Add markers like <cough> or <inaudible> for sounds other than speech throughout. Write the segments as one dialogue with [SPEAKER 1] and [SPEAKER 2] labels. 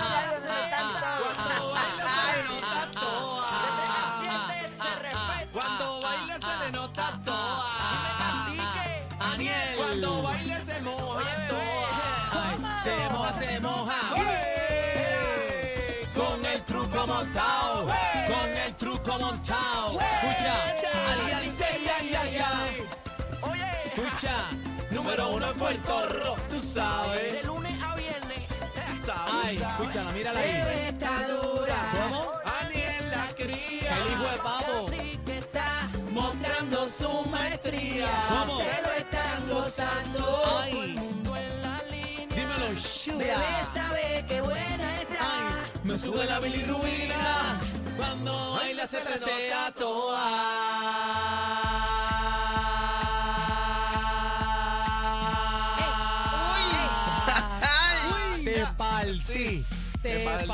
[SPEAKER 1] Ah, ah.
[SPEAKER 2] se moja, se moja. ¡Ey! Con el truco montado, con el truco montado. Escucha, ali, ali, se, ya, ya, ya. Escucha, número uno en Puerto Rico, tú sabes.
[SPEAKER 3] De lunes a viernes.
[SPEAKER 2] Ay, escúchala, mírala ahí.
[SPEAKER 3] Está dura.
[SPEAKER 2] ¿Cómo?
[SPEAKER 4] Aniel la cría.
[SPEAKER 2] El hijo de papo.
[SPEAKER 3] Así que está
[SPEAKER 2] Mostrando su maestría. ¿Cómo?
[SPEAKER 3] Se lo están gozando.
[SPEAKER 2] Ay.
[SPEAKER 3] Todo el mundo en la línea.
[SPEAKER 2] Dímelo,
[SPEAKER 3] Bebé
[SPEAKER 2] Shura.
[SPEAKER 3] sabe que buena está.
[SPEAKER 2] Ay, me sube la bilirrubina cuando baila se tretea toa.
[SPEAKER 4] Ay,
[SPEAKER 2] Te
[SPEAKER 4] ya.
[SPEAKER 2] partí, te
[SPEAKER 4] Te partí,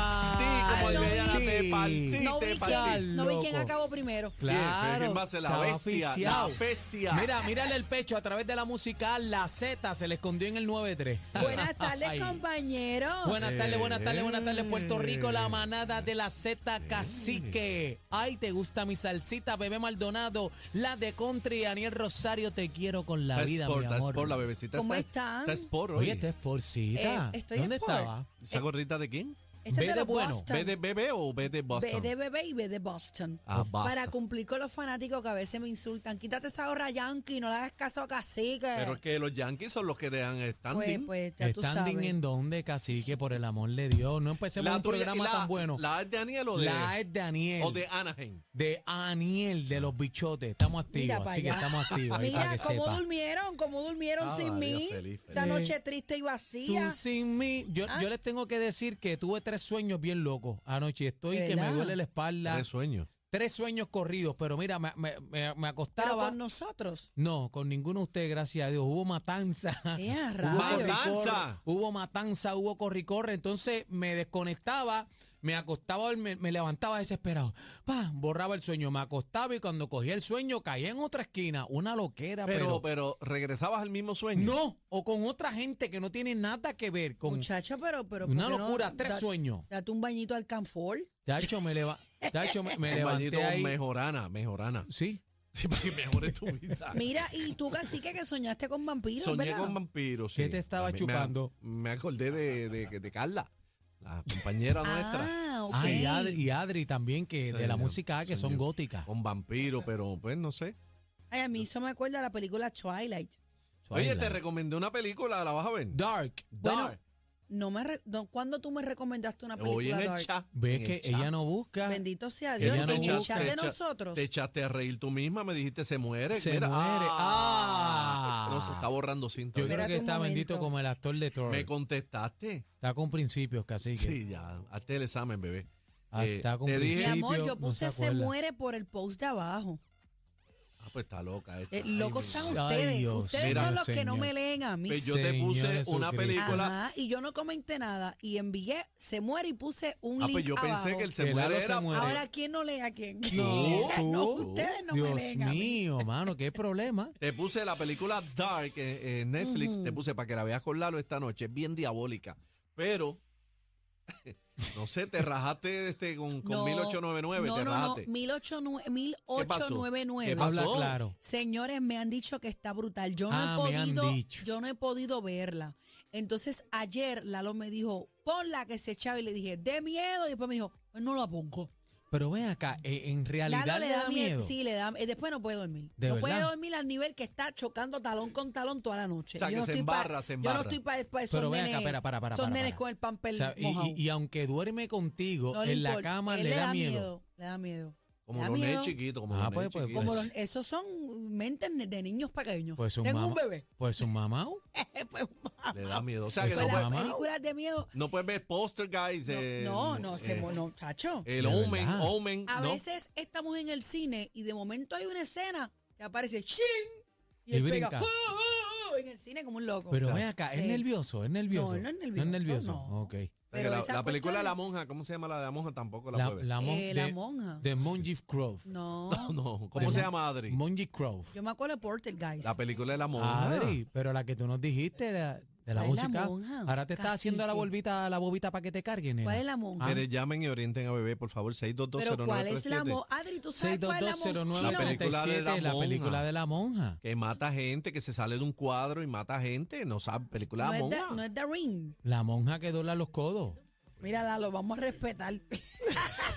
[SPEAKER 4] como el
[SPEAKER 2] partí.
[SPEAKER 4] villano, te partí,
[SPEAKER 1] No
[SPEAKER 4] te
[SPEAKER 1] vi,
[SPEAKER 2] partí.
[SPEAKER 1] quién, no vi quién
[SPEAKER 2] Loco.
[SPEAKER 1] acabó primero.
[SPEAKER 4] Bien,
[SPEAKER 2] Claro,
[SPEAKER 4] ¿quién va a ser la
[SPEAKER 2] estaba
[SPEAKER 4] bestia?
[SPEAKER 2] asfixiado.
[SPEAKER 4] La bestia.
[SPEAKER 2] Mira, mírale el pecho a través de la musical, la Z se le escondió en el 93.
[SPEAKER 1] Buenas
[SPEAKER 2] <laughs>
[SPEAKER 1] tardes,
[SPEAKER 2] Ay.
[SPEAKER 1] compañeros.
[SPEAKER 2] Buenas tardes, buenas tardes, buenas tardes, Puerto Rico, la manada de la Z Cacique. Ay, te gusta mi salsita, bebé Maldonado, la de Country, Daniel Rosario, te quiero con la
[SPEAKER 4] Está
[SPEAKER 2] vida,
[SPEAKER 4] sport,
[SPEAKER 2] mi
[SPEAKER 4] está
[SPEAKER 2] amor.
[SPEAKER 4] sport, la bebecita
[SPEAKER 1] ¿Cómo
[SPEAKER 4] está,
[SPEAKER 1] están?
[SPEAKER 4] está sport hoy.
[SPEAKER 2] Oye, esta es porcita.
[SPEAKER 1] Eh, estoy
[SPEAKER 2] ¿Dónde
[SPEAKER 1] en por.
[SPEAKER 2] estaba?
[SPEAKER 4] ¿Esa gorrita de quién?
[SPEAKER 1] Este
[SPEAKER 2] Ve
[SPEAKER 1] es
[SPEAKER 2] de
[SPEAKER 1] de los
[SPEAKER 2] bueno,
[SPEAKER 1] Boston.
[SPEAKER 4] ¿B de bebé o B de Boston?
[SPEAKER 1] Ve de bebé y ve de Boston.
[SPEAKER 4] Ah, basta.
[SPEAKER 1] Para cumplir con los fanáticos que a veces me insultan. Quítate esa gorra yankee, no le hagas caso a Cacique.
[SPEAKER 4] Pero es que los Yankees son los que dejan
[SPEAKER 1] pues,
[SPEAKER 4] standing.
[SPEAKER 1] pues, ya tú
[SPEAKER 2] ¿Standing
[SPEAKER 1] sabes.
[SPEAKER 2] en dónde, Cacique? Por el amor de Dios, no empecemos un
[SPEAKER 4] tuya-
[SPEAKER 2] programa
[SPEAKER 4] la-
[SPEAKER 2] tan bueno.
[SPEAKER 4] ¿La es de Aniel o de,
[SPEAKER 2] La es de Daniel.
[SPEAKER 4] o de Anaheim?
[SPEAKER 2] de Aniel de los bichotes. Estamos
[SPEAKER 1] Mira
[SPEAKER 2] activos,
[SPEAKER 1] pa'
[SPEAKER 2] así que
[SPEAKER 1] allá.
[SPEAKER 2] estamos activos. ahí para
[SPEAKER 1] Mira
[SPEAKER 2] que
[SPEAKER 1] cómo
[SPEAKER 2] sepa.
[SPEAKER 1] durmieron, cómo durmieron
[SPEAKER 4] Ah,
[SPEAKER 1] sin
[SPEAKER 4] María,
[SPEAKER 1] mí.
[SPEAKER 4] feliz, feliz.
[SPEAKER 1] Esa
[SPEAKER 2] Eh,
[SPEAKER 1] noche triste y vacía.
[SPEAKER 2] Tú sin mí. Yo,
[SPEAKER 1] Ah.
[SPEAKER 2] yo les tengo que decir que tuve tres sueños bien locos anoche. Estoy que me
[SPEAKER 1] ¿Verdad?
[SPEAKER 2] duele la espalda.
[SPEAKER 4] Tres
[SPEAKER 2] Tres,
[SPEAKER 4] sueños.
[SPEAKER 2] sueños corridos, pero mira, me, me- me- me
[SPEAKER 1] Pero
[SPEAKER 2] acostaba.
[SPEAKER 1] con nosotros.
[SPEAKER 2] no, con ninguno de ustedes, gracias a Dios. Hubo matanza.
[SPEAKER 1] Eh, a
[SPEAKER 2] <laughs> Hubo
[SPEAKER 1] rayos.
[SPEAKER 2] corricorre,
[SPEAKER 4] ¡Matanza!
[SPEAKER 2] Hubo matanza, hubo corricorre. Entonces me desconectaba, me acostaba, me, me levantaba desesperado. Pa, borraba el sueño, me acostaba y cuando cogía el sueño caía en otra esquina. Una loquera,
[SPEAKER 4] Pero,
[SPEAKER 2] Ah, pero.
[SPEAKER 4] pero, ¿regresabas al mismo sueño?
[SPEAKER 2] no, o con otra gente que no tiene nada que ver con.
[SPEAKER 1] Muchacho, pero. pero ¿por
[SPEAKER 2] Una
[SPEAKER 1] qué no
[SPEAKER 2] locura, tres
[SPEAKER 1] da-
[SPEAKER 2] sueños.
[SPEAKER 1] Date un bañito al canfor.
[SPEAKER 2] Tacho, me,
[SPEAKER 1] <laughs>
[SPEAKER 2] leva, Tacho, me, me
[SPEAKER 4] Un
[SPEAKER 2] levanté
[SPEAKER 4] bañito
[SPEAKER 2] ahí.
[SPEAKER 4] mejorana, mejorana.
[SPEAKER 2] <laughs> Sí.
[SPEAKER 4] Sí, para que mejores tu
[SPEAKER 1] <laughs>
[SPEAKER 4] vida.
[SPEAKER 1] Mira, y tú, Cacique, que soñaste con vampiros,
[SPEAKER 4] Soñé
[SPEAKER 1] ¿verdad?
[SPEAKER 4] con vampiros. sí.
[SPEAKER 2] ¿Qué te estaba
[SPEAKER 4] A mí me-
[SPEAKER 2] chupando?
[SPEAKER 4] Me, acordé de, de, de Carla, la compañera nuestra.
[SPEAKER 1] Ah, ok.
[SPEAKER 2] Ah, y Adri, y Adri también, que de la
[SPEAKER 4] Soñé-
[SPEAKER 2] música que son
[SPEAKER 4] soñé
[SPEAKER 2] góticas.
[SPEAKER 4] Con vampiros, pero pues no sé.
[SPEAKER 1] Ay, a mí eso me acuerda a la película Twilight.
[SPEAKER 4] Oye, te
[SPEAKER 2] Twilight.
[SPEAKER 4] recomendé una película, ¿la vas a ver?
[SPEAKER 2] Dark.
[SPEAKER 4] Dark.
[SPEAKER 1] No me re- no, ¿Cuándo tú me recomendaste una
[SPEAKER 4] Hoy
[SPEAKER 1] película
[SPEAKER 4] en el
[SPEAKER 1] dark?
[SPEAKER 4] chat.
[SPEAKER 2] Ves
[SPEAKER 4] en el
[SPEAKER 2] que
[SPEAKER 4] chat.
[SPEAKER 2] ella no busca.
[SPEAKER 1] Bendito sea
[SPEAKER 2] Ella
[SPEAKER 1] Dios,
[SPEAKER 2] no
[SPEAKER 1] en
[SPEAKER 2] busca.
[SPEAKER 1] el chat
[SPEAKER 4] Te
[SPEAKER 1] de
[SPEAKER 4] echa-
[SPEAKER 1] nosotros.
[SPEAKER 4] Te echaste a reír tú misma, me dijiste se muere.
[SPEAKER 2] Se
[SPEAKER 4] Mira,
[SPEAKER 2] muere. Ah.
[SPEAKER 4] No, se está borrando cinta.
[SPEAKER 2] Yo creo
[SPEAKER 4] ¿verdad?
[SPEAKER 1] Espérate
[SPEAKER 2] que
[SPEAKER 1] un
[SPEAKER 2] está
[SPEAKER 1] momento.
[SPEAKER 2] bendito como el actor de Thor.
[SPEAKER 4] Me contestaste.
[SPEAKER 2] Está con principios, casi que. Ah,
[SPEAKER 4] Sí, ya. Hazte el examen, bebé. Eh,
[SPEAKER 2] Hasta con
[SPEAKER 4] te
[SPEAKER 1] Mi
[SPEAKER 4] dije.
[SPEAKER 2] principio.
[SPEAKER 1] amor,
[SPEAKER 2] no
[SPEAKER 1] yo
[SPEAKER 2] se
[SPEAKER 1] puse se
[SPEAKER 2] acuerda.
[SPEAKER 1] muere por el post de abajo.
[SPEAKER 4] Ah, pues está loca. esta.
[SPEAKER 1] Eh,
[SPEAKER 4] Ay,
[SPEAKER 1] locos
[SPEAKER 4] mi
[SPEAKER 1] están
[SPEAKER 4] madre.
[SPEAKER 2] Ay,
[SPEAKER 1] ustedes.
[SPEAKER 2] Dios
[SPEAKER 1] ustedes
[SPEAKER 4] mío,
[SPEAKER 1] son los que no
[SPEAKER 2] señor.
[SPEAKER 1] me leen a mí.
[SPEAKER 4] Pues yo te
[SPEAKER 2] Señor
[SPEAKER 4] puse una
[SPEAKER 2] Jesucristo.
[SPEAKER 4] película.
[SPEAKER 1] Ajá, y yo no comenté nada y envié se muere y puse un
[SPEAKER 4] Ah,
[SPEAKER 1] link
[SPEAKER 4] pues yo pensé
[SPEAKER 1] abajo.
[SPEAKER 4] que el se
[SPEAKER 2] Que
[SPEAKER 4] muere
[SPEAKER 2] Lalo
[SPEAKER 4] era.
[SPEAKER 2] se muere.
[SPEAKER 1] Ahora quién no lee a quién.
[SPEAKER 2] No, tú.
[SPEAKER 1] <laughs> No, ustedes Eh, no
[SPEAKER 2] Dios
[SPEAKER 1] me leen a mí.
[SPEAKER 2] mío, mano, qué problema.
[SPEAKER 4] Te puse la película Dark eh, en Netflix, te puse para que la veas con Lalo esta noche. Es bien diabólica. Pero, no sé, te rajaste este, con, con
[SPEAKER 1] No,
[SPEAKER 4] 1899.
[SPEAKER 1] No,
[SPEAKER 4] te
[SPEAKER 1] no, no,
[SPEAKER 4] rajaste.
[SPEAKER 1] 1899,
[SPEAKER 4] <laughs>
[SPEAKER 1] 1899.
[SPEAKER 4] ¿Qué pasó?
[SPEAKER 2] Habla claro.
[SPEAKER 1] Señores, me han dicho que está brutal. Yo no
[SPEAKER 2] Ah, me
[SPEAKER 1] he
[SPEAKER 2] han
[SPEAKER 1] podido,
[SPEAKER 2] dicho.
[SPEAKER 1] yo no he podido verla. Entonces ayer Lalo me dijo, ponla que se echaba y le dije, de miedo. Y después me dijo, pues no la pongo.
[SPEAKER 2] Pero ven acá, eh, en realidad
[SPEAKER 1] Lalo
[SPEAKER 2] le da miedo.
[SPEAKER 1] Sí, le da. eh, después no puede dormir.
[SPEAKER 2] ¿De
[SPEAKER 1] no
[SPEAKER 2] verdad?
[SPEAKER 1] puede dormir al nivel que está chocando talón con talón toda la noche.
[SPEAKER 4] O sea, que
[SPEAKER 1] no
[SPEAKER 4] se
[SPEAKER 1] estoy pa-
[SPEAKER 4] embarra, se
[SPEAKER 1] Yo
[SPEAKER 4] embarra.
[SPEAKER 1] no estoy para después.
[SPEAKER 2] Pero ven acá, espera, para, para,
[SPEAKER 1] Son
[SPEAKER 2] para,
[SPEAKER 1] nenes
[SPEAKER 2] para.
[SPEAKER 1] con el
[SPEAKER 2] O
[SPEAKER 1] papel
[SPEAKER 2] sea, y-
[SPEAKER 1] mojado.
[SPEAKER 2] y, y aunque duerme contigo,
[SPEAKER 1] No le
[SPEAKER 2] en la
[SPEAKER 1] importa.
[SPEAKER 2] cama
[SPEAKER 1] Él
[SPEAKER 2] le da, miedo.
[SPEAKER 1] Le da miedo.
[SPEAKER 4] Como
[SPEAKER 1] Le da
[SPEAKER 4] los nenes
[SPEAKER 1] miedo.
[SPEAKER 4] chiquitos. Como
[SPEAKER 2] Ah,
[SPEAKER 4] los
[SPEAKER 2] pues,
[SPEAKER 4] nenes
[SPEAKER 2] pues,
[SPEAKER 4] chiquitos.
[SPEAKER 1] Como
[SPEAKER 2] Pues-
[SPEAKER 1] los- esos son mentes de niños pequeños.
[SPEAKER 2] Pues un
[SPEAKER 1] Tengo
[SPEAKER 2] mamá.
[SPEAKER 1] un bebé. <laughs>
[SPEAKER 2] Pues un
[SPEAKER 4] <laughs>
[SPEAKER 2] mamau.
[SPEAKER 1] Pues,
[SPEAKER 4] Le da miedo. O sea, que
[SPEAKER 2] Pues
[SPEAKER 1] pues
[SPEAKER 4] no,
[SPEAKER 2] la-
[SPEAKER 1] las
[SPEAKER 4] puedes,
[SPEAKER 2] mamá.
[SPEAKER 1] películas de miedo.
[SPEAKER 4] no puedes ver Poster Guys.
[SPEAKER 1] No,
[SPEAKER 4] eh,
[SPEAKER 1] no, no, se
[SPEAKER 4] eh,
[SPEAKER 1] mo- no, chacho.
[SPEAKER 4] El
[SPEAKER 2] De
[SPEAKER 4] Omen,
[SPEAKER 2] verdad.
[SPEAKER 4] Omen.
[SPEAKER 1] A
[SPEAKER 4] ¿no?
[SPEAKER 1] veces estamos en el cine y de momento hay una escena que aparece ¡Chin!
[SPEAKER 2] Y
[SPEAKER 1] Y, él pega,
[SPEAKER 2] brinca.
[SPEAKER 1] "Uh, uh, uh", en el cine como un loco.
[SPEAKER 2] Pero
[SPEAKER 4] sea,
[SPEAKER 2] ven acá, ¿es
[SPEAKER 1] sí.
[SPEAKER 2] nervioso? ¿Es nervioso?
[SPEAKER 1] no es nervioso,
[SPEAKER 2] nervioso?
[SPEAKER 1] no.
[SPEAKER 2] Ok.
[SPEAKER 4] O sea, que la,
[SPEAKER 1] esas
[SPEAKER 4] la película de la
[SPEAKER 1] cuestiones-
[SPEAKER 4] monja, ¿cómo se llama la de la monja? Tampoco la,
[SPEAKER 2] La,
[SPEAKER 4] puedes ver.
[SPEAKER 2] la mon-
[SPEAKER 1] Eh, la
[SPEAKER 2] de,
[SPEAKER 1] monja.
[SPEAKER 2] de Mongief Grove.
[SPEAKER 1] No,
[SPEAKER 4] No,
[SPEAKER 2] De
[SPEAKER 4] ¿Cómo se
[SPEAKER 2] mon-
[SPEAKER 4] llama Adri?
[SPEAKER 2] Mongief Grove.
[SPEAKER 1] Yo me acuerdo de Porter, guys.
[SPEAKER 4] La película de la monja.
[SPEAKER 2] Adri, pero la que tú nos dijiste, la- de la
[SPEAKER 1] ¿Cuál es la
[SPEAKER 2] música.
[SPEAKER 1] monja?
[SPEAKER 2] Ahora te estás haciendo la
[SPEAKER 1] Cacique.
[SPEAKER 2] bolvita, la bobita para que te carguen.
[SPEAKER 1] ¿Cuál es
[SPEAKER 2] nena.
[SPEAKER 1] la monja?
[SPEAKER 4] Mire, llamen y orienten a bebé, por favor,
[SPEAKER 1] Pero ¿cuál es la
[SPEAKER 4] 6220937.
[SPEAKER 1] monja? Adri, ¿tú sabes cuál es la monja?
[SPEAKER 2] 6220937,
[SPEAKER 4] La película de la
[SPEAKER 2] la
[SPEAKER 4] monja.
[SPEAKER 2] película de la monja.
[SPEAKER 4] Que mata gente, que se sale de un cuadro y mata gente. No sabe, película
[SPEAKER 1] No
[SPEAKER 4] de
[SPEAKER 1] es,
[SPEAKER 4] monja.
[SPEAKER 1] da- no es The Ring.
[SPEAKER 2] La monja que dobla los codos.
[SPEAKER 1] Mírala, lo vamos a respetar.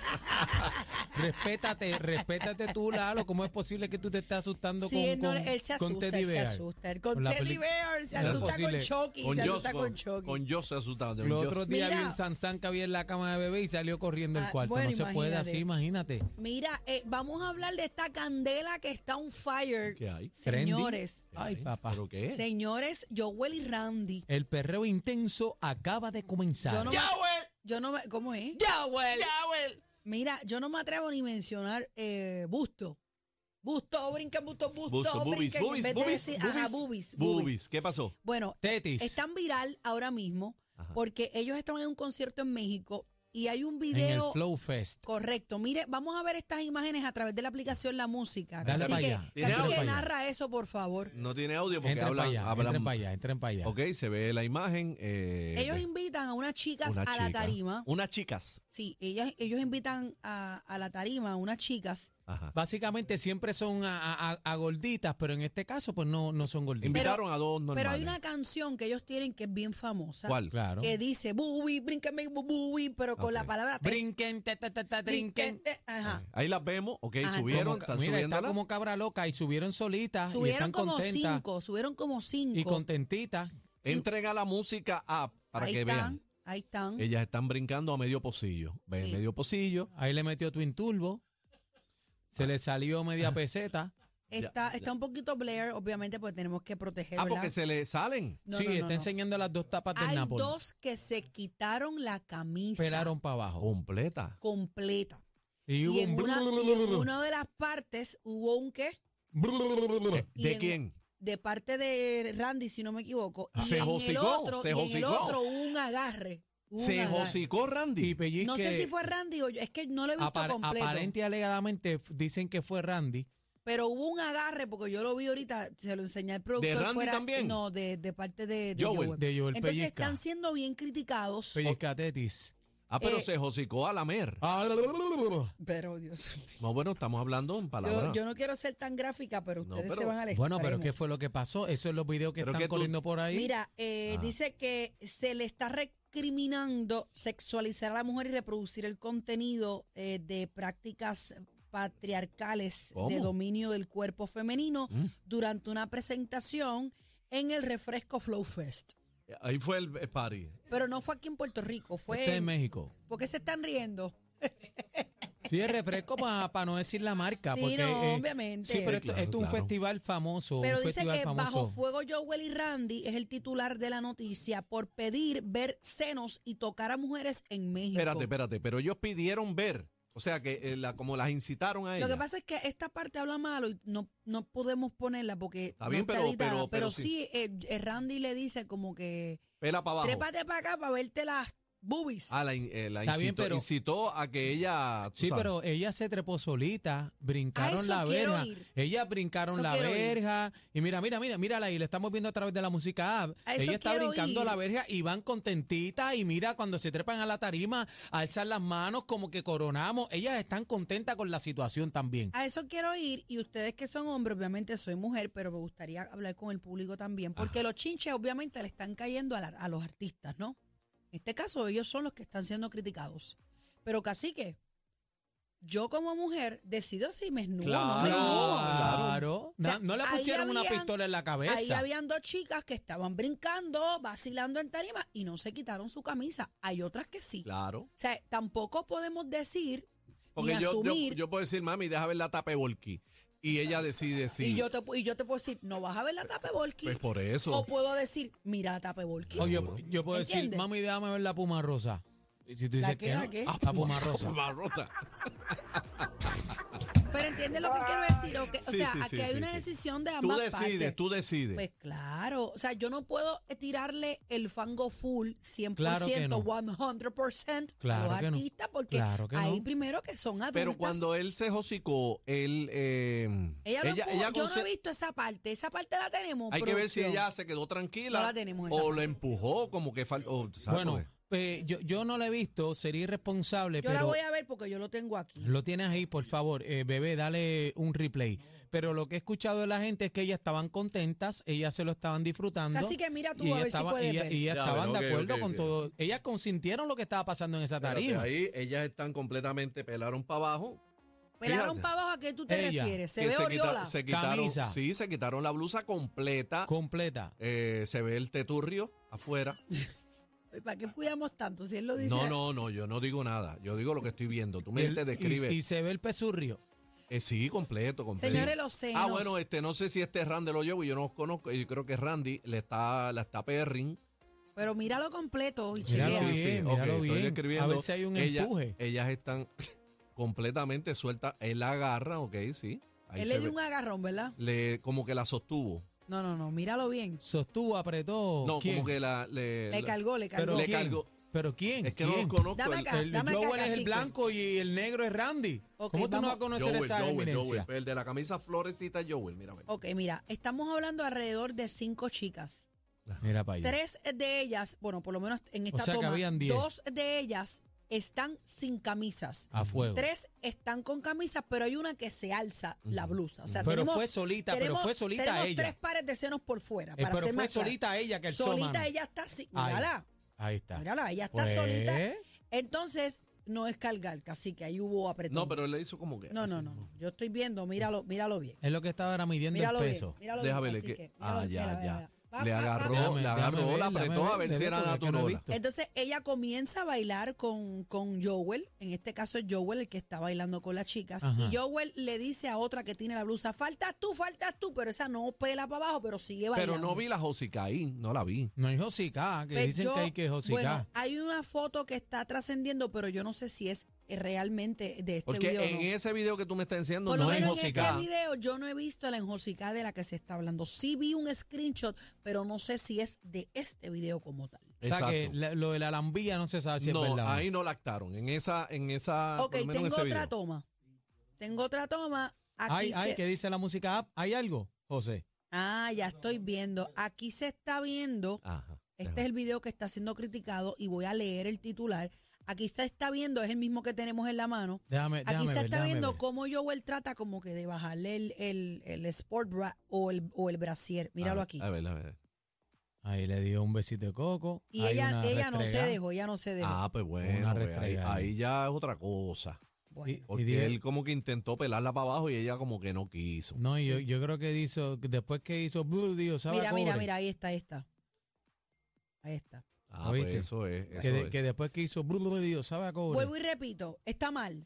[SPEAKER 1] <laughs>
[SPEAKER 2] Respétate, respétate tú, Lalo. ¿Cómo es posible que tú te estés asustando
[SPEAKER 1] Sí,
[SPEAKER 2] con,
[SPEAKER 1] él, no-
[SPEAKER 2] con-
[SPEAKER 1] él se
[SPEAKER 2] con
[SPEAKER 1] asusta,
[SPEAKER 2] Teddy
[SPEAKER 1] él se
[SPEAKER 2] Bear?
[SPEAKER 1] asusta. Él con
[SPEAKER 2] Con la
[SPEAKER 1] Teddy
[SPEAKER 2] peli-
[SPEAKER 1] Bear se
[SPEAKER 2] No es
[SPEAKER 1] asusta con
[SPEAKER 2] posible.
[SPEAKER 1] Chucky,
[SPEAKER 4] con
[SPEAKER 1] se
[SPEAKER 4] yo,
[SPEAKER 1] asusta con Chucky.
[SPEAKER 4] con yo se asustaron. con
[SPEAKER 2] Los
[SPEAKER 4] Joss.
[SPEAKER 2] otros días vi
[SPEAKER 1] Mira.
[SPEAKER 2] el Sansán que había en la cama de bebé y salió corriendo
[SPEAKER 1] Ah,
[SPEAKER 2] el cuarto.
[SPEAKER 1] bueno,
[SPEAKER 2] no se puede
[SPEAKER 1] imagínate.
[SPEAKER 2] así, imagínate.
[SPEAKER 1] Mira, eh, vamos a hablar de esta candela que está on fire.
[SPEAKER 4] ¿Qué hay?
[SPEAKER 2] Trendy.
[SPEAKER 1] Señores,
[SPEAKER 2] Ay, papá.
[SPEAKER 4] ¿Pero qué?
[SPEAKER 1] señores, Joel y Randy.
[SPEAKER 2] El perreo intenso acaba de comenzar.
[SPEAKER 1] Yo no, me, yo no me- ¿Cómo es?
[SPEAKER 5] Yawel. Yawel.
[SPEAKER 1] Mira, yo no me atrevo ni mencionar eh, busto. Busto, brinquen, busto, busto,
[SPEAKER 4] Busto, boobies,
[SPEAKER 1] brinquen. En
[SPEAKER 4] boobies,
[SPEAKER 1] vez de
[SPEAKER 4] boobies,
[SPEAKER 1] decir, ajá, boobies,
[SPEAKER 4] boobies, boobies. ¿Qué pasó?
[SPEAKER 1] Bueno,
[SPEAKER 2] Tetis.
[SPEAKER 1] es tan viral ahora mismo
[SPEAKER 4] Ajá.
[SPEAKER 1] porque ellos estaban en un concierto en México y hay un
[SPEAKER 2] en el
[SPEAKER 1] video
[SPEAKER 2] Flow Fest.
[SPEAKER 1] correcto. Mire, vamos a ver estas imágenes a través de la aplicación La Música.
[SPEAKER 2] Dale
[SPEAKER 1] Así
[SPEAKER 2] pa'
[SPEAKER 1] que,
[SPEAKER 2] allá,
[SPEAKER 4] dale
[SPEAKER 1] que
[SPEAKER 2] pa' allá.
[SPEAKER 1] narra eso, por favor.
[SPEAKER 4] No tiene audio porque
[SPEAKER 2] Entren para
[SPEAKER 4] hablan,
[SPEAKER 2] allá,
[SPEAKER 4] hablan-
[SPEAKER 2] entren para allá, entren para allá.
[SPEAKER 4] Ok, se ve la imagen. eh,
[SPEAKER 1] Ellos
[SPEAKER 4] de
[SPEAKER 1] invitan a unas chicas
[SPEAKER 4] una
[SPEAKER 1] a la
[SPEAKER 4] chica.
[SPEAKER 1] tarima.
[SPEAKER 4] Unas chicas.
[SPEAKER 1] Sí, ellas, ellos invitan a, a la tarima a unas chicas.
[SPEAKER 4] Ajá.
[SPEAKER 2] Básicamente siempre son a, a- a- a gorditas, pero en este caso pues no, no son gorditas.
[SPEAKER 4] Invitaron a dos normales.
[SPEAKER 1] Pero hay una canción que ellos tienen que es bien famosa.
[SPEAKER 4] ¿Cuál?
[SPEAKER 2] Claro.
[SPEAKER 1] Que dice, bubi, bríncame, bu- bubi, pero con la
[SPEAKER 4] Ok. Ah,
[SPEAKER 1] palabra te-
[SPEAKER 2] Brinquen, ta, ta, ta, ta, trinquen.
[SPEAKER 1] te- Ajá.
[SPEAKER 4] Eh, Ahí las vemos. Ok,
[SPEAKER 1] Ah. Ajá.
[SPEAKER 4] subieron,
[SPEAKER 2] Como ca-
[SPEAKER 4] están
[SPEAKER 2] mira,
[SPEAKER 4] subiéndola.
[SPEAKER 2] está como cabra loca y subieron solitas y
[SPEAKER 1] Subieron
[SPEAKER 2] están
[SPEAKER 1] como
[SPEAKER 2] contentas
[SPEAKER 1] cinco, subieron como cinco.
[SPEAKER 2] y contentitas.
[SPEAKER 4] Entren a la música app para
[SPEAKER 1] ahí
[SPEAKER 4] que
[SPEAKER 1] están,
[SPEAKER 4] vean.
[SPEAKER 1] ahí están.
[SPEAKER 4] Ellas están brincando a medio pocillo. Ven,
[SPEAKER 1] Sí.
[SPEAKER 4] medio pocillo.
[SPEAKER 2] Ahí le metió Twin Turbo. Se le salió media peseta.
[SPEAKER 1] Está, está un poquito Blair, obviamente, porque tenemos que proteger,
[SPEAKER 4] Ah,
[SPEAKER 1] ¿verdad?
[SPEAKER 4] porque se le salen.
[SPEAKER 1] No,
[SPEAKER 2] sí,
[SPEAKER 1] no, no,
[SPEAKER 2] está
[SPEAKER 1] no.
[SPEAKER 2] enseñando las dos tapas del
[SPEAKER 1] Hay
[SPEAKER 2] Napoli.
[SPEAKER 1] dos que se quitaron la camisa
[SPEAKER 2] Pelaron para abajo.
[SPEAKER 4] Completa.
[SPEAKER 1] completa.
[SPEAKER 2] Y
[SPEAKER 1] Y
[SPEAKER 2] hubo
[SPEAKER 1] en,
[SPEAKER 2] un
[SPEAKER 1] una,
[SPEAKER 2] brulululu.
[SPEAKER 1] y en una de las partes hubo un qué
[SPEAKER 4] ¿De,
[SPEAKER 1] Y
[SPEAKER 4] de
[SPEAKER 1] en-
[SPEAKER 4] quién?
[SPEAKER 1] de parte de Randy, si no me equivoco.
[SPEAKER 4] Ah,
[SPEAKER 1] y
[SPEAKER 4] se
[SPEAKER 1] en el
[SPEAKER 4] hocicó,
[SPEAKER 1] otro,
[SPEAKER 4] se
[SPEAKER 1] y en el
[SPEAKER 4] hocicó.
[SPEAKER 1] otro hubo un agarre. hubo un
[SPEAKER 4] Se
[SPEAKER 1] agarre.
[SPEAKER 4] jocicó Randy.
[SPEAKER 2] Y pellizque.
[SPEAKER 1] No sé si fue Randy o yo, es que no lo he visto
[SPEAKER 2] apar-
[SPEAKER 1] completo.
[SPEAKER 2] aparente y alegadamente f- dicen que fue Randy.
[SPEAKER 1] Pero hubo un agarre, porque yo lo vi ahorita, se lo enseñé al productor.
[SPEAKER 4] Randy
[SPEAKER 1] fuera-
[SPEAKER 4] también?
[SPEAKER 1] No, de, de parte de, de
[SPEAKER 4] Joel.
[SPEAKER 2] De Joel
[SPEAKER 1] Entonces
[SPEAKER 2] Pellizca.
[SPEAKER 1] están siendo bien criticados.
[SPEAKER 2] Pellizcatetis.
[SPEAKER 4] Ah, pero
[SPEAKER 1] eh,
[SPEAKER 4] se jocicó a la mer.
[SPEAKER 2] Ah,
[SPEAKER 1] Pero Dios
[SPEAKER 4] No, bueno, estamos hablando en palabras.
[SPEAKER 1] yo, yo no quiero ser tan gráfica, pero
[SPEAKER 4] No,
[SPEAKER 1] ustedes se
[SPEAKER 4] pero-
[SPEAKER 1] van al
[SPEAKER 2] Bueno, pero
[SPEAKER 1] extremo.
[SPEAKER 2] ¿qué fue lo que pasó? Eso es los videos que
[SPEAKER 4] Pero
[SPEAKER 2] están
[SPEAKER 4] que tú-
[SPEAKER 2] corriendo por ahí. Este
[SPEAKER 1] Mira, eh,
[SPEAKER 2] Ah.
[SPEAKER 4] Ajá.
[SPEAKER 1] dice que se le está recriminando sexualizar a la mujer y reproducir el contenido eh, de prácticas patriarcales de
[SPEAKER 4] ¿Cómo?
[SPEAKER 1] dominio del cuerpo femenino
[SPEAKER 4] Mm.
[SPEAKER 1] durante una presentación en el refresco Flow Fest.
[SPEAKER 4] Ahí fue el el party.
[SPEAKER 1] Pero no fue aquí en Puerto Rico, fue...
[SPEAKER 2] Este es
[SPEAKER 1] en- <laughs>
[SPEAKER 2] México.
[SPEAKER 1] ¿Por qué se están riendo?
[SPEAKER 2] Sí, es refresco para no decir la marca.
[SPEAKER 1] Sí,
[SPEAKER 2] porque,
[SPEAKER 1] no,
[SPEAKER 2] eh,
[SPEAKER 1] obviamente.
[SPEAKER 2] Sí, pero
[SPEAKER 4] Sí,
[SPEAKER 2] esto,
[SPEAKER 4] claro,
[SPEAKER 2] esto es un
[SPEAKER 4] claro.
[SPEAKER 2] festival famoso.
[SPEAKER 1] Pero
[SPEAKER 2] un
[SPEAKER 1] dice
[SPEAKER 2] festival
[SPEAKER 1] que
[SPEAKER 2] famoso.
[SPEAKER 1] bajo fuego Joel y Randy es el titular de la noticia por pedir ver senos y tocar a mujeres en México.
[SPEAKER 4] Espérate, espérate. Pero ellos pidieron ver. O sea, que eh, la- como las incitaron a
[SPEAKER 1] Lo
[SPEAKER 4] ellas.
[SPEAKER 1] que pasa es que esta parte habla malo y no, no podemos ponerla porque
[SPEAKER 4] Está
[SPEAKER 1] no
[SPEAKER 4] bien,
[SPEAKER 1] está
[SPEAKER 4] pero-
[SPEAKER 1] editada.
[SPEAKER 4] pero- pero
[SPEAKER 1] sí, eh, eh, Randy le dice como que
[SPEAKER 4] Pela para abajo.
[SPEAKER 1] trépate para acá para verte las boobies.
[SPEAKER 4] Ah, la, in- eh, la
[SPEAKER 2] Está bien,
[SPEAKER 4] incitó,
[SPEAKER 2] pero-
[SPEAKER 4] incitó a que ella. tú
[SPEAKER 2] Sí,
[SPEAKER 4] sabes.
[SPEAKER 2] pero ella se trepó solita, brincaron
[SPEAKER 1] eso
[SPEAKER 2] la
[SPEAKER 1] quiero
[SPEAKER 2] verja.
[SPEAKER 1] ir.
[SPEAKER 2] Ellas brincaron
[SPEAKER 1] Eso
[SPEAKER 2] la
[SPEAKER 1] quiero ir.
[SPEAKER 2] verja. Y mira, mira, mira, mírala ahí, la estamos viendo a través de la música app.
[SPEAKER 1] A eso
[SPEAKER 2] Ella está
[SPEAKER 1] quiero
[SPEAKER 2] brincando
[SPEAKER 1] ir.
[SPEAKER 2] la verja y van contentitas. Y mira, cuando se trepan a la tarima, alzan las manos como que coronamos. Ellas están contentas con la situación también.
[SPEAKER 1] A eso quiero ir y ustedes que son hombres, obviamente soy mujer, pero me gustaría hablar con el público también, porque
[SPEAKER 4] Ah.
[SPEAKER 1] los chinches obviamente le están cayendo a, la- a los artistas, ¿no? En este caso ellos son los que están siendo criticados. Pero cacique, yo como mujer decido si me esnudo o no me esnudo.
[SPEAKER 2] Claro.
[SPEAKER 1] O sea,
[SPEAKER 2] Na- no le
[SPEAKER 1] ahí
[SPEAKER 2] pusieron una
[SPEAKER 1] habían-
[SPEAKER 2] pistola en la
[SPEAKER 1] Ahí
[SPEAKER 2] cabeza.
[SPEAKER 1] habían dos chicas que estaban brincando, vacilando en tarima y no se quitaron su camisa. Hay otras que sí.
[SPEAKER 4] Claro.
[SPEAKER 1] O sea, tampoco podemos decir
[SPEAKER 4] Porque
[SPEAKER 1] ni
[SPEAKER 4] yo, yo,
[SPEAKER 1] asumir.
[SPEAKER 4] yo puedo decir, mami, deja ver la tapa de Volky. Y ella decide si.
[SPEAKER 1] Y, yo te, pu- y yo te puedo decir, no vas a ver la tapa Volky.
[SPEAKER 4] Pues por
[SPEAKER 1] O
[SPEAKER 4] <laughs> eso.
[SPEAKER 1] puedo decir, mira la tapa Volky.
[SPEAKER 2] O yo, yo puedo decir,
[SPEAKER 1] ¿Entiendes?
[SPEAKER 2] mami, déjame ver la puma rosa. Y si tú
[SPEAKER 1] ¿La
[SPEAKER 2] dices "Ah,
[SPEAKER 1] qué,
[SPEAKER 2] que
[SPEAKER 1] la
[SPEAKER 2] no,
[SPEAKER 1] <laughs> qué?
[SPEAKER 2] la puma rosa.
[SPEAKER 4] Marrota.
[SPEAKER 1] Pero ¿Entiendes lo que quiero decir? O, que- o
[SPEAKER 4] Sí,
[SPEAKER 1] sea,
[SPEAKER 4] sí,
[SPEAKER 1] aquí
[SPEAKER 4] sí,
[SPEAKER 1] hay
[SPEAKER 4] sí,
[SPEAKER 1] una
[SPEAKER 4] sí.
[SPEAKER 1] decisión de
[SPEAKER 4] Tú
[SPEAKER 1] ambas
[SPEAKER 4] decides,
[SPEAKER 1] partes.
[SPEAKER 4] tú decides.
[SPEAKER 1] Pues claro, o sea, yo no puedo tirarle el fango full 100%,
[SPEAKER 2] Claro que no.
[SPEAKER 1] 100% a
[SPEAKER 2] Claro
[SPEAKER 1] los
[SPEAKER 2] que no.
[SPEAKER 1] artistas, porque
[SPEAKER 2] Claro que
[SPEAKER 1] hay
[SPEAKER 2] no.
[SPEAKER 1] primero que son adultas.
[SPEAKER 4] Pero cuando él se hocicó, él. eh,
[SPEAKER 1] ella, lo empujó, yo no
[SPEAKER 4] conse-
[SPEAKER 1] he visto esa parte, esa parte la tenemos.
[SPEAKER 4] Hay que ver si
[SPEAKER 1] producción.
[SPEAKER 4] ella se quedó tranquila
[SPEAKER 1] No la tenemos esa
[SPEAKER 4] o
[SPEAKER 1] parte.
[SPEAKER 4] lo empujó como que fal- o, ¿sabes?
[SPEAKER 2] Bueno, eh, yo, yo no la he visto, sería irresponsable,
[SPEAKER 1] Yo la
[SPEAKER 2] pero
[SPEAKER 1] voy a ver porque yo lo tengo aquí.
[SPEAKER 2] lo tienes ahí, por favor, eh, bebé, dale un replay. Pero lo que he escuchado de la gente es que ellas estaban contentas, ellas se lo estaban disfrutando.
[SPEAKER 1] Así que mira tú
[SPEAKER 2] y
[SPEAKER 1] a
[SPEAKER 2] ellas
[SPEAKER 1] ver si
[SPEAKER 2] estaban-
[SPEAKER 1] puedes
[SPEAKER 2] ellas-
[SPEAKER 1] ver.
[SPEAKER 2] y ellas
[SPEAKER 4] Ya,
[SPEAKER 2] estaban
[SPEAKER 4] bueno,
[SPEAKER 2] de
[SPEAKER 4] ok,
[SPEAKER 2] acuerdo
[SPEAKER 4] ok,
[SPEAKER 2] con
[SPEAKER 4] ok.
[SPEAKER 2] todo. Ellas consintieron lo que estaba pasando en esa
[SPEAKER 4] Espérate,
[SPEAKER 2] tarima.
[SPEAKER 4] ahí ellas están completamente pelaron para abajo.
[SPEAKER 1] Pelaron
[SPEAKER 4] Fíjate.
[SPEAKER 1] para Pues abajo, ¿a qué tú te
[SPEAKER 2] Ella,
[SPEAKER 1] refieres? Se
[SPEAKER 4] que
[SPEAKER 1] ve
[SPEAKER 4] se, quita-
[SPEAKER 1] Oriola.
[SPEAKER 4] se quitaron,
[SPEAKER 2] Camisa.
[SPEAKER 4] sí, se quitaron la blusa completa.
[SPEAKER 2] Completa.
[SPEAKER 4] Eh, se ve el teturrio afuera.
[SPEAKER 1] Ay, Pues, ¿Para qué cuidamos tanto? Si él lo dice.
[SPEAKER 4] No, no, no, yo no digo nada. Yo digo lo que estoy viendo. Tú me
[SPEAKER 2] El-
[SPEAKER 4] te
[SPEAKER 2] y-
[SPEAKER 4] describes.
[SPEAKER 2] Y, se ve el pesurrio.
[SPEAKER 4] Eh, sí, completo, completo.
[SPEAKER 1] Señores, los senos.
[SPEAKER 4] Ah, bueno, este, no sé si este es Randy lo llevo, yo no los conozco, yo creo que Randy le está, la está perrin.
[SPEAKER 1] Pero míralo completo y
[SPEAKER 2] Míralo
[SPEAKER 1] chequea.
[SPEAKER 2] bien, míralo
[SPEAKER 4] ok, estoy
[SPEAKER 2] bien.
[SPEAKER 4] describiendo.
[SPEAKER 2] A ver si hay un
[SPEAKER 4] Ella-
[SPEAKER 2] empuje.
[SPEAKER 4] Ellas están <laughs> completamente sueltas, él la agarra, ok, sí. Ahí
[SPEAKER 1] Él
[SPEAKER 4] se
[SPEAKER 1] le dio
[SPEAKER 4] ve.
[SPEAKER 1] un agarrón, ¿verdad?
[SPEAKER 4] Le- como que la sostuvo.
[SPEAKER 1] No, no, no, míralo bien.
[SPEAKER 2] Sostuvo, apretó.
[SPEAKER 4] No,
[SPEAKER 2] ¿Quién?
[SPEAKER 4] como que la, le,
[SPEAKER 1] Le
[SPEAKER 4] la-
[SPEAKER 1] cargó, le
[SPEAKER 2] Pero
[SPEAKER 1] cargó.
[SPEAKER 4] le
[SPEAKER 2] ¿quién?
[SPEAKER 4] cargó.
[SPEAKER 2] ¿Pero quién?
[SPEAKER 4] Es que no
[SPEAKER 2] ¿Quién?
[SPEAKER 4] los conozco.
[SPEAKER 1] Dame
[SPEAKER 4] el-
[SPEAKER 1] acá.
[SPEAKER 2] El
[SPEAKER 1] Dame acá,
[SPEAKER 2] Joel es el
[SPEAKER 1] cacique.
[SPEAKER 2] blanco y el negro es Randy.
[SPEAKER 1] Ok,
[SPEAKER 2] ¿Cómo tú no
[SPEAKER 1] vamos.
[SPEAKER 2] vas a conocer
[SPEAKER 4] Joel,
[SPEAKER 2] esa
[SPEAKER 4] Joel,
[SPEAKER 2] eminencia?
[SPEAKER 4] Joel, el de la camisa florecita Joel, mira, a ver.
[SPEAKER 1] Ok, mira, estamos hablando alrededor de cinco chicas.
[SPEAKER 2] Mira para allá.
[SPEAKER 1] Tres de ellas, bueno, por lo menos en esta
[SPEAKER 2] sea que
[SPEAKER 1] toma,
[SPEAKER 2] habían diez.
[SPEAKER 1] dos de ellas están sin camisas.
[SPEAKER 2] A fuego.
[SPEAKER 1] Tres están con camisas, pero hay una que se alza la blusa. O sea,
[SPEAKER 2] Pero
[SPEAKER 1] tenemos-
[SPEAKER 2] fue solita, pero
[SPEAKER 1] tenemos-
[SPEAKER 2] fue solita
[SPEAKER 1] tenemos
[SPEAKER 2] ella.
[SPEAKER 1] tres pares de senos por fuera.
[SPEAKER 2] Eh,
[SPEAKER 1] para
[SPEAKER 2] pero
[SPEAKER 1] ser
[SPEAKER 2] fue
[SPEAKER 1] más clara.
[SPEAKER 2] solita ella que el
[SPEAKER 1] Solita ella está así.
[SPEAKER 2] Ahí.
[SPEAKER 1] Mírala,
[SPEAKER 2] Ahí está.
[SPEAKER 1] mírala, ella está
[SPEAKER 2] Pues,
[SPEAKER 1] solita. Entonces, no es cargar, casi que ahí hubo apretón.
[SPEAKER 4] No, pero él le hizo como que.
[SPEAKER 1] no,
[SPEAKER 4] así.
[SPEAKER 1] no, no. Yo estoy viendo, míralo, míralo bien.
[SPEAKER 2] Es lo que estaba era midiendo
[SPEAKER 1] Míralo
[SPEAKER 2] el
[SPEAKER 1] bien.
[SPEAKER 2] peso.
[SPEAKER 1] Míralo
[SPEAKER 4] Deja
[SPEAKER 1] bien,
[SPEAKER 4] verle
[SPEAKER 1] cacique,
[SPEAKER 4] que.
[SPEAKER 1] míralo
[SPEAKER 4] Ah,
[SPEAKER 1] bien,
[SPEAKER 4] ya,
[SPEAKER 1] mira,
[SPEAKER 4] ya.
[SPEAKER 1] mira, mira. Va,
[SPEAKER 4] Le
[SPEAKER 1] va, va,
[SPEAKER 4] agarró,
[SPEAKER 1] va.
[SPEAKER 2] Déjame-
[SPEAKER 4] le agarró,
[SPEAKER 2] déjame
[SPEAKER 4] la
[SPEAKER 2] ver,
[SPEAKER 4] apretó
[SPEAKER 2] déjame
[SPEAKER 4] a ver
[SPEAKER 2] ver,
[SPEAKER 4] si
[SPEAKER 2] bebé,
[SPEAKER 4] era
[SPEAKER 2] porque es que no he
[SPEAKER 4] natural.
[SPEAKER 2] visto.
[SPEAKER 1] Entonces ella comienza a bailar con, con Joel, en este caso es Joel el que está bailando con las chicas,
[SPEAKER 2] Ajá.
[SPEAKER 1] y Joel le dice a otra que tiene la blusa, faltas tú, faltas tú, pero esa no pela para abajo, pero sigue bailando.
[SPEAKER 4] Pero no vi la Josica ahí, no la vi.
[SPEAKER 2] No hay Josica, que
[SPEAKER 1] Pues
[SPEAKER 2] dicen
[SPEAKER 1] yo-
[SPEAKER 2] que hay que
[SPEAKER 1] Bueno,
[SPEAKER 2] Josica.
[SPEAKER 1] hay una foto que está trascendiendo, pero yo no sé si es eh, realmente de este
[SPEAKER 4] Porque
[SPEAKER 1] video. o
[SPEAKER 4] en
[SPEAKER 1] no.
[SPEAKER 4] ese video que tú me estás enseñando
[SPEAKER 1] Por lo
[SPEAKER 4] no es
[SPEAKER 1] menos en este
[SPEAKER 4] Josica.
[SPEAKER 1] video yo no he visto la enjosicada de la que se está hablando. Sí vi un screenshot, pero no sé si es de este video como tal.
[SPEAKER 2] o sea que
[SPEAKER 4] Exacto.
[SPEAKER 2] la- lo de la lambilla no se sabe si Ah, es
[SPEAKER 4] no,
[SPEAKER 2] verdad. o no.
[SPEAKER 4] ahí no lactaron. En esa, en esa,
[SPEAKER 1] ok,
[SPEAKER 4] por lo menos en
[SPEAKER 1] tengo
[SPEAKER 4] ese
[SPEAKER 1] otra
[SPEAKER 4] video.
[SPEAKER 1] toma. Tengo otra toma. Aquí
[SPEAKER 2] Ay, ay,
[SPEAKER 1] se-
[SPEAKER 2] ¿qué dice la música app? ¿Hay algo, José?
[SPEAKER 1] Ah, ya estoy viendo. Aquí se está viendo.
[SPEAKER 4] Ajá.
[SPEAKER 1] Este es el video que está siendo criticado y voy a leer el titular. Aquí se está viendo, es el mismo que tenemos en la mano.
[SPEAKER 2] Déjame, Eh, déjame
[SPEAKER 1] Aquí se
[SPEAKER 2] ver,
[SPEAKER 1] está
[SPEAKER 2] déjame
[SPEAKER 1] viendo
[SPEAKER 2] ver.
[SPEAKER 1] cómo Joel trata como que de bajarle el, el, el sport bra o el, o el brasier. Míralo
[SPEAKER 2] Ah,
[SPEAKER 4] A-
[SPEAKER 1] aquí.
[SPEAKER 4] Ah, A
[SPEAKER 2] eh,
[SPEAKER 4] ver, a ver.
[SPEAKER 2] Ahí le dio un besito de coco.
[SPEAKER 1] Y
[SPEAKER 2] hay
[SPEAKER 1] ella,
[SPEAKER 2] una
[SPEAKER 1] ella no se
[SPEAKER 2] restregada.
[SPEAKER 1] dejó, ella no se dejó.
[SPEAKER 4] Ah, pues bueno,
[SPEAKER 2] Una
[SPEAKER 4] pues, ahí,
[SPEAKER 2] restregada.
[SPEAKER 4] ahí ya es otra cosa.
[SPEAKER 1] Bueno.
[SPEAKER 2] Y-
[SPEAKER 4] Porque
[SPEAKER 2] dije-
[SPEAKER 4] él como que intentó pelarla para abajo y ella como que no quiso.
[SPEAKER 2] No, y yo, yo creo que hizo, después que hizo Blue, Dios, sabe a
[SPEAKER 1] Mira, mira,
[SPEAKER 2] cobre.
[SPEAKER 1] mira, ahí está, ahí está. Ahí está.
[SPEAKER 4] Ah, pues
[SPEAKER 2] ¿Oíste?
[SPEAKER 4] eso es,
[SPEAKER 2] Que,
[SPEAKER 4] eso
[SPEAKER 2] de-
[SPEAKER 4] es.
[SPEAKER 2] que después que hizo Blue, Blue, Dios, sabe a cobre.
[SPEAKER 1] Vuelvo y repito, está mal.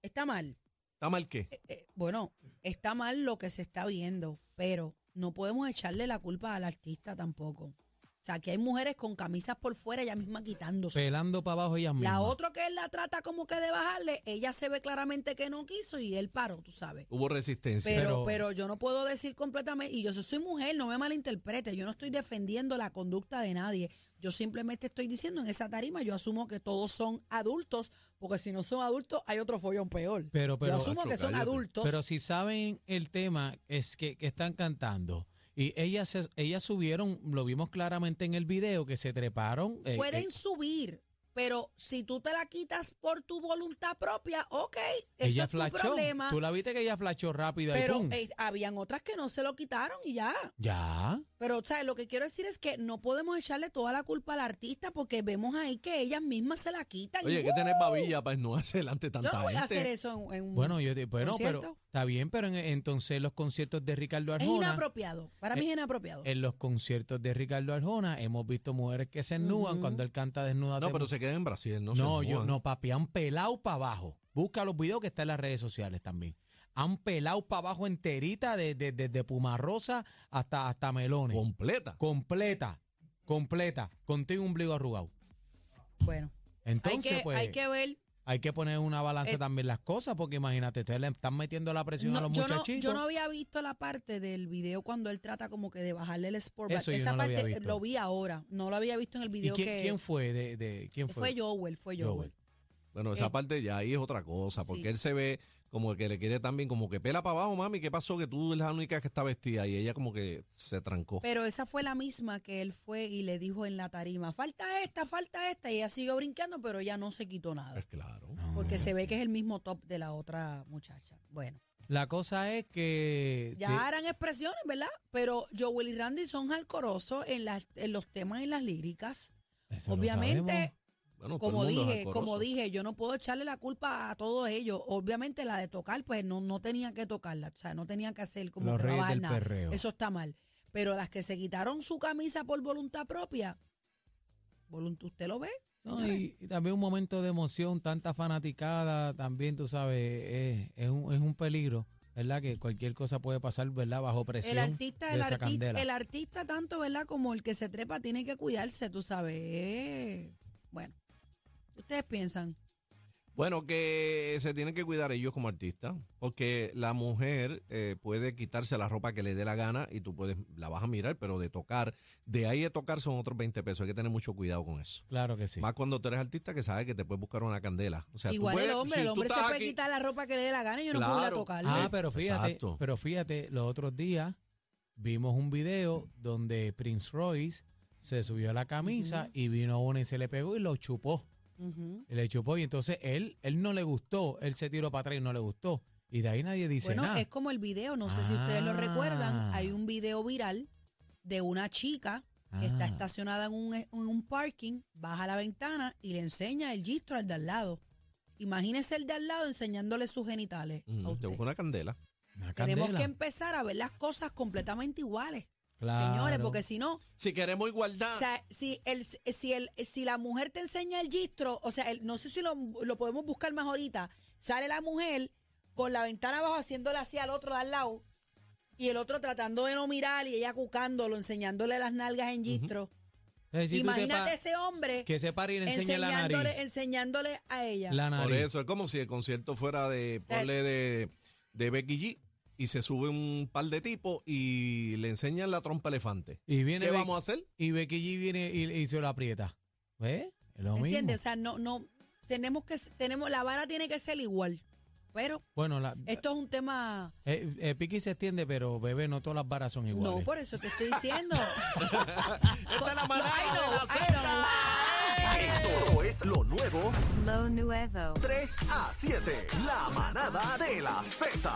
[SPEAKER 1] Está mal.
[SPEAKER 4] ¿Está mal qué?
[SPEAKER 1] Eh, eh, bueno, está mal lo que se está viendo, pero no podemos echarle la culpa al artista tampoco. O sea, aquí hay mujeres con camisas por fuera, ella misma quitándose.
[SPEAKER 2] Pelando para abajo ellas mismas.
[SPEAKER 1] La otra que él la trata como que de bajarle, ella se ve claramente que no quiso y él paró, tú sabes.
[SPEAKER 4] Hubo resistencia.
[SPEAKER 2] pero-
[SPEAKER 1] Pero, pero yo no puedo decir completamente, y yo soy mujer, no me malinterprete, yo no estoy defendiendo la conducta de nadie. Yo simplemente estoy diciendo en esa tarima, yo asumo que todos son adultos, porque si no son adultos, hay otro follón peor.
[SPEAKER 2] Pero, pero,
[SPEAKER 1] yo asumo
[SPEAKER 4] Nacho,
[SPEAKER 1] que son
[SPEAKER 4] cállate.
[SPEAKER 1] adultos.
[SPEAKER 2] pero si saben el tema es que, que están cantando. Y ellas, se- ellas subieron, lo vimos claramente en el video, que se treparon. eh,
[SPEAKER 1] Pueden
[SPEAKER 2] eh,
[SPEAKER 1] subir, pero si tú te la quitas por tu voluntad propia, ok, eso
[SPEAKER 2] ella
[SPEAKER 1] es tu
[SPEAKER 2] flashó.
[SPEAKER 1] problema.
[SPEAKER 2] Tú la viste que ella flashó rápido. ahí,
[SPEAKER 1] Pero
[SPEAKER 2] pum.
[SPEAKER 1] eh, habían otras que no se lo quitaron y ya.
[SPEAKER 2] ya.
[SPEAKER 1] Pero, ¿sabes? Lo que quiero decir es que no podemos echarle toda la culpa al artista porque vemos ahí que ellas mismas se la quitan.
[SPEAKER 4] Oye,
[SPEAKER 1] y,
[SPEAKER 4] hay que tener
[SPEAKER 1] ¡uh!
[SPEAKER 4] babilla para no hacer delante de
[SPEAKER 1] Yo
[SPEAKER 4] tanta
[SPEAKER 1] no voy a
[SPEAKER 4] gente.
[SPEAKER 1] hacer eso en, en un-
[SPEAKER 2] Bueno, yo te- bueno, pero
[SPEAKER 1] ¿Concierto?
[SPEAKER 2] está bien, pero en- entonces los conciertos de Ricardo
[SPEAKER 1] Es
[SPEAKER 2] Arjona.
[SPEAKER 1] inapropiado. Para
[SPEAKER 2] eh,
[SPEAKER 1] mí es inapropiado.
[SPEAKER 2] En los conciertos de Ricardo Arjona hemos visto mujeres que se desnudan cuando él canta desnuda.
[SPEAKER 4] No, pero se queda en Brasil, no
[SPEAKER 2] No,
[SPEAKER 4] se
[SPEAKER 2] yo,
[SPEAKER 4] muevan.
[SPEAKER 2] no, papi, han pelado para abajo. Busca los videos que están en las redes sociales también. Han pelado para abajo enterita, desde de, desde Pumarrosa hasta, hasta Melones.
[SPEAKER 4] Completa.
[SPEAKER 2] completa, completa, con todo y un ombligo arrugado.
[SPEAKER 1] bueno,
[SPEAKER 2] Entonces,
[SPEAKER 1] hay, que,
[SPEAKER 2] pues,
[SPEAKER 1] hay que ver
[SPEAKER 2] Hay que poner una balanza
[SPEAKER 1] Eh,
[SPEAKER 2] también las cosas, porque imagínate, ustedes le están metiendo la presión
[SPEAKER 1] No,
[SPEAKER 2] a los
[SPEAKER 1] yo, no,
[SPEAKER 2] muchachitos.
[SPEAKER 1] yo no había visto la parte del video cuando él trata como que de bajarle el sportback.
[SPEAKER 2] Eso yo
[SPEAKER 1] Esa
[SPEAKER 2] no lo había
[SPEAKER 1] parte eh,
[SPEAKER 2] visto.
[SPEAKER 1] lo vi ahora. No lo había visto en el
[SPEAKER 2] ¿Y
[SPEAKER 1] video
[SPEAKER 2] quién,
[SPEAKER 1] que
[SPEAKER 2] quién fue? De, de- ¿Quién fue?
[SPEAKER 1] fue Joel, fue Joel.
[SPEAKER 2] Joel.
[SPEAKER 4] Bueno, esa
[SPEAKER 1] Eh,
[SPEAKER 4] parte ya ahí es otra cosa, porque
[SPEAKER 1] sí.
[SPEAKER 4] él se ve como que le quiere también, como que pela para abajo, mami, ¿qué pasó? Que tú eres la única que está vestida y ella como que se trancó.
[SPEAKER 1] Pero esa fue la misma que él fue y le dijo en la tarima, falta esta, falta esta, y ella siguió brincando, pero ella no se quitó nada,
[SPEAKER 4] Pues claro.
[SPEAKER 2] Ah.
[SPEAKER 1] porque se ve que es el mismo top de la otra muchacha. Bueno,
[SPEAKER 2] La cosa es que...
[SPEAKER 1] ya
[SPEAKER 2] sí,
[SPEAKER 1] harán expresiones, ¿verdad? Pero Joel y Randy son alcorosos en, las- en los temas, en las líricas.
[SPEAKER 2] eso lo sabemos.
[SPEAKER 1] Obviamente,
[SPEAKER 4] Bueno, todo el
[SPEAKER 1] como
[SPEAKER 4] mundo es
[SPEAKER 1] dije, como
[SPEAKER 4] alcoroso.
[SPEAKER 1] dije, yo no puedo echarle la culpa a todos ellos. Obviamente la de tocar, pues no, no tenía que tocarla, o sea, no tenía que hacer como
[SPEAKER 2] Los
[SPEAKER 1] que no
[SPEAKER 2] reyes
[SPEAKER 1] va a bajar
[SPEAKER 2] del
[SPEAKER 1] nada.
[SPEAKER 2] perreo.
[SPEAKER 1] Eso está mal. Pero las que se quitaron su camisa por voluntad propia, volunt- ¿usted lo ve?
[SPEAKER 2] No, y, y también un momento de emoción, tanta fanaticada, también tú sabes, es, es un, es un peligro, ¿verdad? Que cualquier cosa puede pasar, ¿verdad? Bajo presión.
[SPEAKER 1] El artista,
[SPEAKER 2] de
[SPEAKER 1] el
[SPEAKER 2] esa
[SPEAKER 1] artista,
[SPEAKER 2] candela.
[SPEAKER 1] el artista tanto, ¿verdad? Como el que se trepa tiene que cuidarse, tú sabes. Bueno, ustedes piensan.
[SPEAKER 4] Bueno, que se tienen que cuidar ellos como artistas, porque la mujer eh, puede quitarse la ropa que le dé la gana y tú puedes, la vas a mirar, pero de tocar, de ahí de tocar son otros 20 pesos. Hay que tener mucho cuidado con eso.
[SPEAKER 2] Claro que sí.
[SPEAKER 4] Más cuando tú eres artista que sabes que te puedes buscar una candela. O sea, tú
[SPEAKER 1] Igual el
[SPEAKER 4] puedes-
[SPEAKER 1] hombre,
[SPEAKER 4] si
[SPEAKER 1] el
[SPEAKER 4] tú
[SPEAKER 1] hombre se
[SPEAKER 4] estás
[SPEAKER 1] puede
[SPEAKER 4] aquí-
[SPEAKER 1] quitar la ropa que le dé la gana y yo no puedo ir a
[SPEAKER 4] Claro.
[SPEAKER 1] tocarle.
[SPEAKER 2] Ah,
[SPEAKER 4] Eh,
[SPEAKER 2] pero fíjate,
[SPEAKER 4] exacto.
[SPEAKER 2] pero fíjate, los otros días vimos un video donde Prince Royce se subió a la camisa y vino uno y se le pegó y lo chupó.
[SPEAKER 1] Ujú.
[SPEAKER 2] Le chupó y entonces él, él no le gustó, él se tiró para atrás y no le gustó. Y de ahí nadie dice
[SPEAKER 1] Bueno,
[SPEAKER 2] nada.
[SPEAKER 1] es como el video, no sé si ustedes lo recuerdan,
[SPEAKER 2] Ah.
[SPEAKER 1] hay un video viral de una chica que está
[SPEAKER 2] Ah.
[SPEAKER 1] estacionada en un, en un parking, baja la ventana y le enseña el gistro al de al lado. Imagínese el de al lado enseñándole sus genitales
[SPEAKER 4] Mm,
[SPEAKER 1] a
[SPEAKER 4] te
[SPEAKER 1] usted.
[SPEAKER 4] busca una candela.
[SPEAKER 2] Una
[SPEAKER 1] Tenemos
[SPEAKER 2] candela.
[SPEAKER 1] que empezar a ver las cosas completamente iguales,
[SPEAKER 2] Claro.
[SPEAKER 1] em- señores, porque si no,
[SPEAKER 4] Si queremos igualdad,
[SPEAKER 1] o sea, si el, si el, si la mujer te enseña el gistro, o sea, el- no sé si lo, lo podemos buscar más ahorita, sale la mujer con la ventana abajo haciéndole así al otro de al lado y el otro tratando de no mirar y ella cucándolo, enseñándole las nalgas en gistro.
[SPEAKER 2] Eh, si tú te
[SPEAKER 1] Imagínate
[SPEAKER 2] pa-
[SPEAKER 1] ese hombre
[SPEAKER 2] Que se pare y le enseñe la
[SPEAKER 1] enseñándole,
[SPEAKER 2] nariz.
[SPEAKER 1] enseñándole a ella.
[SPEAKER 2] La
[SPEAKER 4] por
[SPEAKER 2] nariz.
[SPEAKER 4] eso es como si el concierto fuera de,
[SPEAKER 1] sea,
[SPEAKER 4] ponle de, de Becky G y se sube un par de tipos y le enseñan la trompa elefante.
[SPEAKER 2] Y viene
[SPEAKER 4] ¿Qué
[SPEAKER 2] Be-
[SPEAKER 4] vamos a hacer?
[SPEAKER 2] y Becky G viene y, y se lo aprieta. ¿Ves? Es lo
[SPEAKER 1] ¿Me
[SPEAKER 2] mismo.
[SPEAKER 1] ¿Entiendes? O sea, no, no, tenemos que, tenemos, la vara tiene que ser igual. Pero
[SPEAKER 2] Bueno, la,
[SPEAKER 1] esto es un tema...
[SPEAKER 2] eh, eh, Piqui se extiende, pero bebé, no todas las varas son iguales.
[SPEAKER 1] No, por eso te estoy
[SPEAKER 4] <laughs>
[SPEAKER 1] diciendo.
[SPEAKER 4] Esta es la manada
[SPEAKER 1] Ay, no,
[SPEAKER 4] de la
[SPEAKER 1] ay,
[SPEAKER 4] Z.
[SPEAKER 1] no.
[SPEAKER 5] Esto es lo nuevo
[SPEAKER 6] Lo nuevo.
[SPEAKER 5] 3 a 7. La manada de la Z.